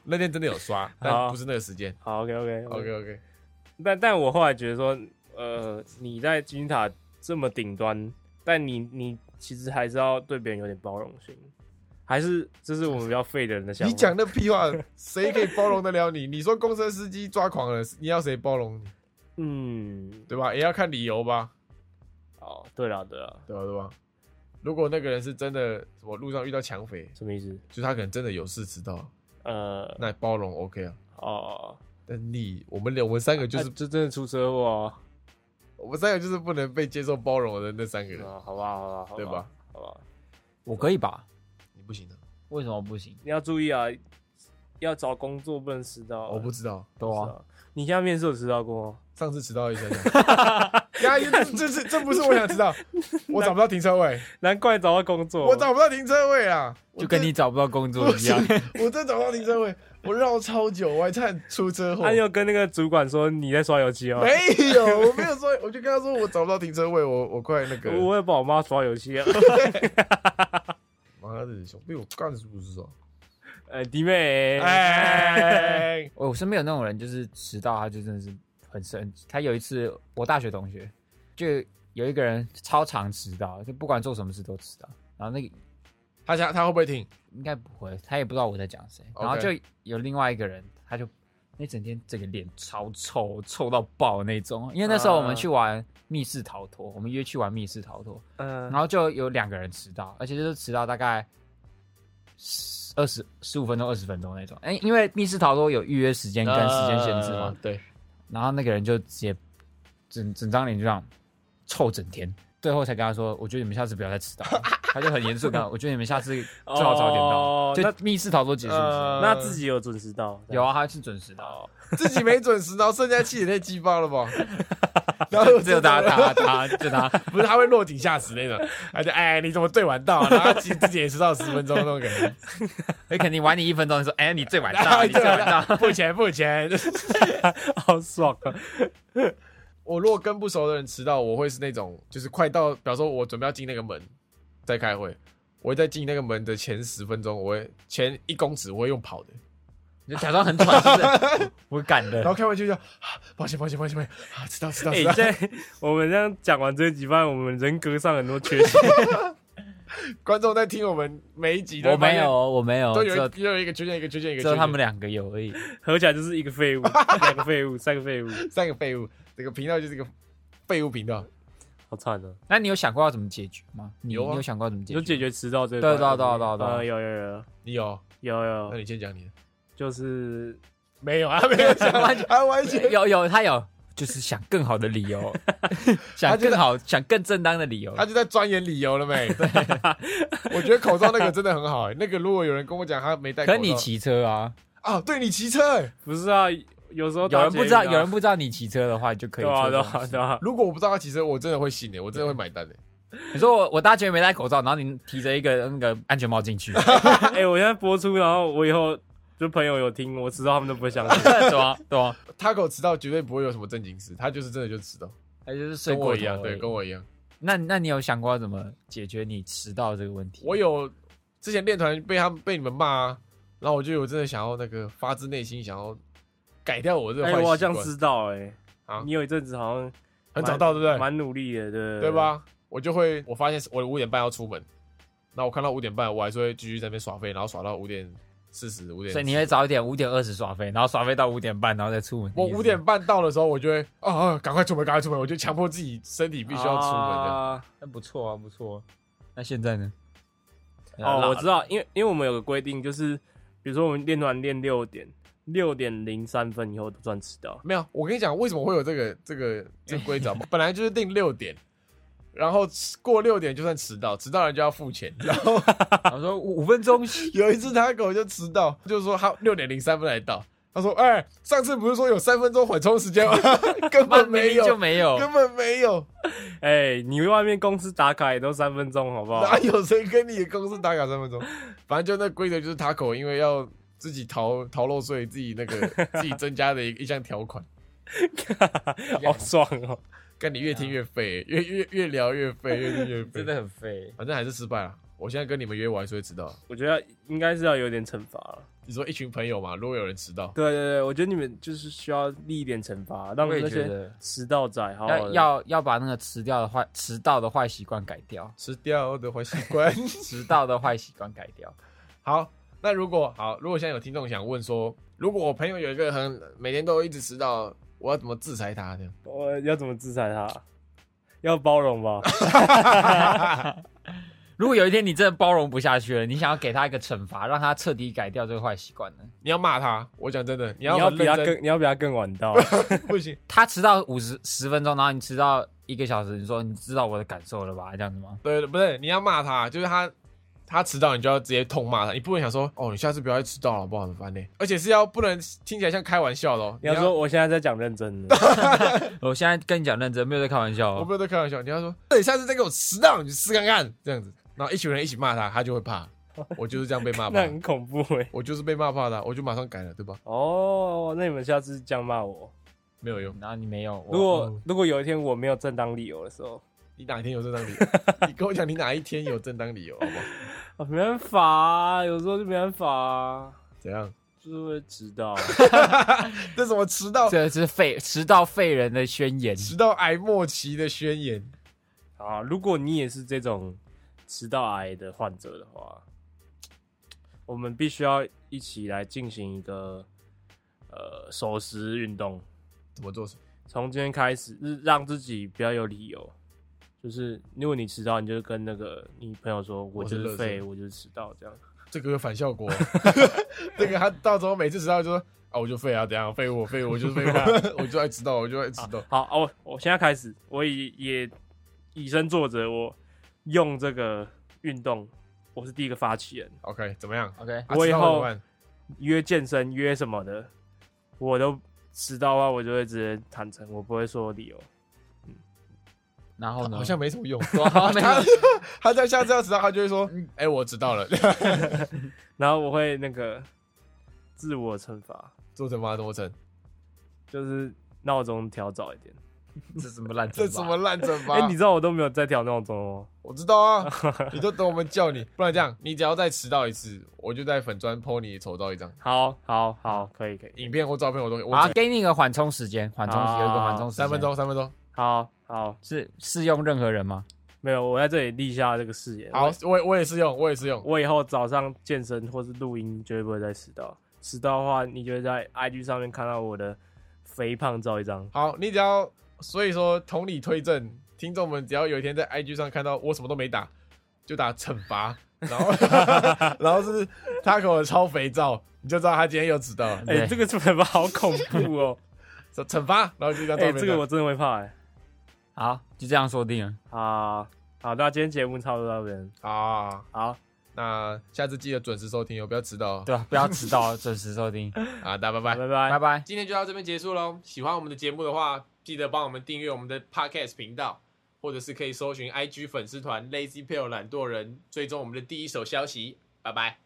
[SPEAKER 1] 那天真的有刷，但
[SPEAKER 3] 好
[SPEAKER 1] 不是那个时间。
[SPEAKER 3] 好，OK OK
[SPEAKER 1] OK OK，
[SPEAKER 3] 但但我后来觉得说，呃，你在金字塔这么顶端，但你你其实还是要对别人有点包容心，还是这是我们比较废的人的想法。
[SPEAKER 1] 你讲那屁话，谁可以包容得了你？你说公车司机抓狂了，你要谁包容你？
[SPEAKER 3] 嗯，
[SPEAKER 1] 对吧？也要看理由吧，
[SPEAKER 3] 哦，对了对了，
[SPEAKER 1] 对吧？对吧？如果那个人是真的什么路上遇到抢匪，
[SPEAKER 3] 什么意思？
[SPEAKER 1] 就是他可能真的有事迟到，
[SPEAKER 3] 呃，
[SPEAKER 1] 那包容 OK 啊。
[SPEAKER 3] 哦，
[SPEAKER 1] 但你我们两我们三个就是、
[SPEAKER 3] 哎这真的出车祸哦，
[SPEAKER 1] 我们三个就是不能被接受包容的那三个人，
[SPEAKER 3] 哦好吧好吧好吧，
[SPEAKER 1] 对吧？
[SPEAKER 3] 好吧，
[SPEAKER 4] 我可以吧？
[SPEAKER 1] 你不不行的？
[SPEAKER 4] 为什么不行？
[SPEAKER 3] 你要注意啊，要找工作不能迟到啊、
[SPEAKER 1] 我不知道，
[SPEAKER 4] 对
[SPEAKER 3] 知
[SPEAKER 4] 啊，
[SPEAKER 3] 道。你现在面试有迟到过吗？
[SPEAKER 1] 上次迟到一下下。呀，这这这这不是我想知道，我找不到停车位，
[SPEAKER 3] 难怪找到工作。
[SPEAKER 1] 我找不到停车位啊！
[SPEAKER 4] 就跟你找不到工
[SPEAKER 1] 我
[SPEAKER 4] 作一
[SPEAKER 1] 真
[SPEAKER 4] 样。
[SPEAKER 1] 我真找不到停车位，我绕超久，我还差点出车祸
[SPEAKER 4] 哎
[SPEAKER 3] 他。又啊跟那个主管说你在刷油漆哦。
[SPEAKER 1] 没有，我没有说，我就跟他说我找不到停车位，我我快那个，
[SPEAKER 3] 我也帮我妈刷油 漆啊。
[SPEAKER 1] 妈的，小被我干是不是啊？
[SPEAKER 3] 呃，弟妹，
[SPEAKER 1] 哎，
[SPEAKER 4] 我我身边有那种人，就是迟到，他就真的是很生气。他有一次，我大学同学就有一个人超常迟到，就不管做什么事都迟到。然后那个
[SPEAKER 1] 他想他会不会停？
[SPEAKER 4] 应该不会，他也不知道我在讲谁。
[SPEAKER 1] OK
[SPEAKER 4] 然后就有另外一个人，他就那整天整个脸超臭，臭到爆那种。因为那时候我们去玩密室逃脱，我们约去玩密室逃脱，
[SPEAKER 3] 嗯
[SPEAKER 4] 然，后就有两个人迟到，而且就是迟到大概二十十五分钟、二十分钟那种。哎、因为密室逃脱有预约时间跟时间限制嘛，
[SPEAKER 1] 呃？对，
[SPEAKER 4] 然后那个人就直接整整张脸就这样臭整天，最后才跟他说：“我觉得你们下次不要再迟到。” 他就很严肃地跟 他：“我觉得你们下次最好早点到。
[SPEAKER 3] 哦那
[SPEAKER 4] 就密室逃脱结束之后，
[SPEAKER 1] 呃哦
[SPEAKER 3] 那自己有准时到？
[SPEAKER 4] 有啊，他是准时到，
[SPEAKER 1] 自己没准时，然后剩下气也太鸡巴了 吧？然后
[SPEAKER 4] 只有他他他就他，
[SPEAKER 1] 不是他会落井下石那种，而且哎你怎么最晚到、 啊？然后其实自己也迟到十分钟那种感觉，
[SPEAKER 4] 他肯定晚你一分 钟，你说：“哎、你最晚
[SPEAKER 1] 然后
[SPEAKER 4] 到，你最晚到。
[SPEAKER 1] 啊付钱付 钱。
[SPEAKER 3] 好爽 啊！
[SPEAKER 1] 我如果跟不熟的人迟到，我会是那种就是快到，比方说我准备要进那个门，在开会，我会在进那个门的前十分钟，我会前一公尺我会用跑的，”
[SPEAKER 4] 你就假装很喘，是不是？我赶
[SPEAKER 1] 然后
[SPEAKER 4] 的，
[SPEAKER 1] 开完就叫、啊、抱歉抱歉抱歉抱歉 啊迟到迟到
[SPEAKER 3] 哎，
[SPEAKER 1] 迟
[SPEAKER 3] 现
[SPEAKER 1] 到，
[SPEAKER 3] 在我们这样讲完这几番，我们人格上很多 缺陷。
[SPEAKER 1] 观众在听我们每一集 都
[SPEAKER 4] 我
[SPEAKER 1] 会发
[SPEAKER 4] 没
[SPEAKER 1] 现
[SPEAKER 4] 有，我没有，
[SPEAKER 1] 啊都
[SPEAKER 4] 只
[SPEAKER 1] 有一
[SPEAKER 4] 有
[SPEAKER 1] 都有一个缺陷一个缺陷一个
[SPEAKER 4] 只
[SPEAKER 1] 缺
[SPEAKER 4] 有
[SPEAKER 1] 陷，
[SPEAKER 4] 他们两个有而已。
[SPEAKER 3] 合起来就是一个废物，两个废物，三个废物，
[SPEAKER 1] 三个废物，这个频道就是一个废物频道。
[SPEAKER 3] 好惨啊！
[SPEAKER 4] 那你有想过要怎么解决吗？你
[SPEAKER 1] 有啊
[SPEAKER 4] 你有想过要怎么解决？
[SPEAKER 3] 有解决迟到这个？
[SPEAKER 4] 对对对对对
[SPEAKER 3] 呃，有有有
[SPEAKER 1] 你有？
[SPEAKER 3] 有
[SPEAKER 1] 那
[SPEAKER 3] 有，
[SPEAKER 1] 你先讲你的。
[SPEAKER 3] 就是
[SPEAKER 1] 没有啊，没有讲，
[SPEAKER 4] 完全
[SPEAKER 1] 他完全
[SPEAKER 4] 有有，他有，就是想更好的理由，想
[SPEAKER 1] 就是
[SPEAKER 4] 更好，想更正当的理由
[SPEAKER 1] 他。就在钻研理由了 没？我觉得口罩那个真的很好、欸，那个如果有人跟我讲他没戴口
[SPEAKER 4] 可
[SPEAKER 1] 罩，
[SPEAKER 4] 是你骑车啊，
[SPEAKER 1] 啊，对你骑车、欸，
[SPEAKER 3] 不是啊？有时候
[SPEAKER 4] 有
[SPEAKER 3] 搭
[SPEAKER 4] 人
[SPEAKER 3] 捷
[SPEAKER 4] 不
[SPEAKER 3] 运
[SPEAKER 4] 知道，
[SPEAKER 3] 啊
[SPEAKER 4] 有人不知道你骑车的话，你就可以
[SPEAKER 3] 对啊对
[SPEAKER 4] 做这种
[SPEAKER 3] 啊
[SPEAKER 4] 事。
[SPEAKER 3] 对啊，
[SPEAKER 1] 如果我不知道他骑车，我真的会信的、我真的会买单欸的、
[SPEAKER 4] 你说我我大学没戴口罩，然后你提着一个那个安全帽进去，
[SPEAKER 3] 哎、我现在播出，然后我以后就朋友有听，我知道他们都不会相 信。
[SPEAKER 4] 对啊对啊，
[SPEAKER 1] 他狗迟到绝对不会有什么正经事，他就是真的就迟到，
[SPEAKER 4] 他就是睡
[SPEAKER 1] 跟
[SPEAKER 4] 过
[SPEAKER 1] 我
[SPEAKER 4] 头
[SPEAKER 1] 一样，
[SPEAKER 4] 而
[SPEAKER 1] 对，
[SPEAKER 4] 已
[SPEAKER 1] 跟我一样。
[SPEAKER 4] 那那你有想过要怎么解决你迟到这个问题？
[SPEAKER 1] 我有之前练团被他们被你们骂、啊，然后我就有真的想要那个发自内心想要改掉我这个坏
[SPEAKER 3] 哎、
[SPEAKER 1] 习惯，
[SPEAKER 3] 我好像知道、哎、
[SPEAKER 1] 啊
[SPEAKER 3] 你有一阵子好像
[SPEAKER 1] 很早到，对不对？
[SPEAKER 3] 蛮努力的，对
[SPEAKER 1] 对？吧？我就会，我发现我五点半要出门，那我看到五点半，我还是会继续在那边耍废，然后耍到五点四十、五点。
[SPEAKER 4] 所以你会早一点，五点二十耍飞，然后耍飞到五点半，然后再出门。
[SPEAKER 1] 我五点半到的时候，我就会啊啊，赶快出门，赶快出门，我就强迫自己身体必须要出门的。
[SPEAKER 3] 啊
[SPEAKER 4] 那不错啊，不错啊。那现在呢？嗯
[SPEAKER 3] 哦，我知道，因为因为我们有个规定，就是比如说我们练团练六点，六点零三分以后都算迟到。
[SPEAKER 1] 没有，我跟你讲，为什么会有这个这个这个规则？本来就是定六点，然后过六点就算迟到，迟到人就要付钱。 然后
[SPEAKER 4] 我说五五分钟，
[SPEAKER 1] 有一次他狗就迟到，就是说他六点零三分才到，他说：“哎、上次不是说有三分钟缓冲时间吗？ 根
[SPEAKER 4] 那
[SPEAKER 1] 本
[SPEAKER 4] 明
[SPEAKER 1] 没
[SPEAKER 4] 明就
[SPEAKER 1] 有，
[SPEAKER 4] 没有，
[SPEAKER 1] 根本没有。”
[SPEAKER 3] 哎、你外面公司打卡也都三分钟， 好不好
[SPEAKER 1] 哪？有谁跟你的公司打卡三分钟？哦 反正就那规则就是塔口，因为要自己逃逃漏税，自己那个 自己增加的一一项条款。
[SPEAKER 3] 好爽哦！
[SPEAKER 1] 跟你越听越废，越越越聊越废，越听越废
[SPEAKER 4] 真。的很废。
[SPEAKER 1] 反正还是失败了。我现在跟你们约，我还是会迟到。
[SPEAKER 3] 我觉得应该是要有点惩罚啊了。
[SPEAKER 1] 你说一群朋友嘛，如果有人迟到，
[SPEAKER 3] 对对对，我觉得你们就是需要立一点惩罚，让
[SPEAKER 4] 我也
[SPEAKER 3] 那
[SPEAKER 4] 觉
[SPEAKER 3] 些
[SPEAKER 4] 得
[SPEAKER 3] 迟到仔好好
[SPEAKER 4] 要
[SPEAKER 3] 地
[SPEAKER 4] 要要把那个迟掉的坏迟到的坏习惯改 掉，
[SPEAKER 1] 吃掉的坏习惯。
[SPEAKER 4] 迟到的坏习惯改掉。
[SPEAKER 1] 好，那如果好，如果现在有听众想问说，如果我朋友有一个很每天都一直迟到，我要怎么制裁他？这样
[SPEAKER 3] 我哦要怎么制裁他？要包容吧。
[SPEAKER 4] 如果有一天你真的包容不下去了，你想要给他一个惩罚，让他彻底改掉这个坏习惯呢？
[SPEAKER 1] 你要骂他，我讲真的，你
[SPEAKER 3] 你
[SPEAKER 1] 要
[SPEAKER 3] 要
[SPEAKER 1] 很
[SPEAKER 3] 比他
[SPEAKER 1] 认真，
[SPEAKER 3] 更，你要比他更晚到。
[SPEAKER 1] 不行，
[SPEAKER 4] 他迟到五十十分钟，然后你迟到一个小时，你说你知道我的感受了吧？这样子吗？
[SPEAKER 1] 对，不是你要骂他，就是他，他迟到，你就要直接痛骂他，你不能想说哦，你下次不要再迟到了，好不好？很烦呢。而且是要不能听起来像开玩笑的哦。
[SPEAKER 3] 你要说我现在在讲认真的，
[SPEAKER 4] 我现在跟你讲认真，没有在开玩笑、
[SPEAKER 1] 我
[SPEAKER 4] 哦
[SPEAKER 1] 不。要在开玩笑，你要说对，下次再给我迟到，你去试看看这样子。然后一群人一起骂他，他就会怕。我就是这样被骂 怕，
[SPEAKER 3] 那很恐怖哎、
[SPEAKER 1] 我就是被骂怕的啊，我就马上改了，对吧？
[SPEAKER 3] 哦，那你们下次这样骂我，
[SPEAKER 1] 没有用。
[SPEAKER 4] 然后你没有，我
[SPEAKER 3] 如果如果有一天我没有正当理由的时候，
[SPEAKER 1] 你哪一天有 正当理由？你跟我讲你哪一天有正当理由，好不好？
[SPEAKER 3] 啊，没办法、啊，有时候就没办法、啊，
[SPEAKER 1] 怎样？
[SPEAKER 3] 就是会迟到。啊
[SPEAKER 1] 这怎么迟到？
[SPEAKER 4] 这是废迟到废人的宣言。
[SPEAKER 1] 迟到癌末期的宣言。
[SPEAKER 3] 啊，如果你也是这种食道癌的患者的话，我们必须要一起来进行一个呃守时运动。
[SPEAKER 1] 怎么做？
[SPEAKER 3] 从今天开始，日让自己不要有理由，就是如果你迟到，你就跟那个你朋友说，我
[SPEAKER 1] 我
[SPEAKER 3] 就是
[SPEAKER 1] 垃
[SPEAKER 3] 是
[SPEAKER 1] 圾
[SPEAKER 3] 废，我就是迟到这样。
[SPEAKER 1] 这个有反效果。这个他到时候每次迟到就说啊，我就废啊，怎样废我废我我就是废我，我就爱迟到，我就爱迟到。
[SPEAKER 3] 好，哦，我现在开始，我以也以身作则，我用这个运动，我是第一个发起人。
[SPEAKER 1] OK，怎么样？
[SPEAKER 4] OK，
[SPEAKER 1] 啊
[SPEAKER 3] 我以
[SPEAKER 1] 迟到了怎
[SPEAKER 3] 后
[SPEAKER 1] 么办
[SPEAKER 3] 约健身、约什么的，我都迟到的话，我就会直接坦诚，我不会说理由。
[SPEAKER 4] 然后呢？
[SPEAKER 1] 好像没什么用。
[SPEAKER 4] 没有
[SPEAKER 1] 他他在下次要迟到，他就会说，哎，我迟到了，
[SPEAKER 3] 然后我会那个自我惩罚，
[SPEAKER 1] 做成吗？多成，
[SPEAKER 3] 就是闹钟调早一点。
[SPEAKER 4] 这什么烂
[SPEAKER 1] 这
[SPEAKER 4] 惩
[SPEAKER 1] 什
[SPEAKER 4] 罚？
[SPEAKER 1] 么烂惩罚？
[SPEAKER 3] 哎、你知道我都没有在调闹钟哦。
[SPEAKER 1] 我知道啊，你就等我们叫你，不然这样，你只要再迟到一次，我就在粉砖 po 你丑照一张，
[SPEAKER 3] 好，好，好，可以，可以，
[SPEAKER 1] 影片或照片我都可以。我
[SPEAKER 4] 好，
[SPEAKER 1] 只
[SPEAKER 4] 给你一个缓冲时间，缓冲
[SPEAKER 3] 好
[SPEAKER 4] 有一个缓冲时间
[SPEAKER 1] 三分钟，三分钟。
[SPEAKER 3] 好，好，
[SPEAKER 4] 是适用任何人吗？
[SPEAKER 3] 没有，我在这里立下这个誓言。
[SPEAKER 1] 好，我我也是用，我也是用。
[SPEAKER 3] 我以后早上健身或是录音绝对不会再迟到。迟到的话，你就会在 IG 上面看到我的肥胖照一张。
[SPEAKER 1] 好，你只要所以说同理推证，听众们只要有一天在 IG 上看到我什么都没打，就打惩 罚，然后 然后是 Taco 的超肥皂，你就知道他今天又迟到了，
[SPEAKER 3] 哎、
[SPEAKER 4] 对
[SPEAKER 3] 这个惩罚好恐怖 哦！
[SPEAKER 1] 说惩罚，然后就这张照
[SPEAKER 3] 哎、
[SPEAKER 1] 片打。
[SPEAKER 3] 这个我真的会怕哎、
[SPEAKER 4] 好，就这样说定了。
[SPEAKER 3] 好好，那今天节目差不多到这边。
[SPEAKER 1] 啊，
[SPEAKER 3] 好，
[SPEAKER 1] 那下次记得准时收听哦，不要迟到哦。
[SPEAKER 4] 对啊，不要迟到，准时收 听，
[SPEAKER 1] 啊，大家拜拜。
[SPEAKER 3] 拜
[SPEAKER 4] 拜
[SPEAKER 3] 拜。
[SPEAKER 4] 拜。
[SPEAKER 1] 今天就到这边结束喽。喜欢我们的节目的话，记得帮我们订阅我们的 Podcast 频道，或者是可以搜寻 IG 粉丝团 Lazy p a l e 懒惰人，追踪我们的第一手消息。拜拜。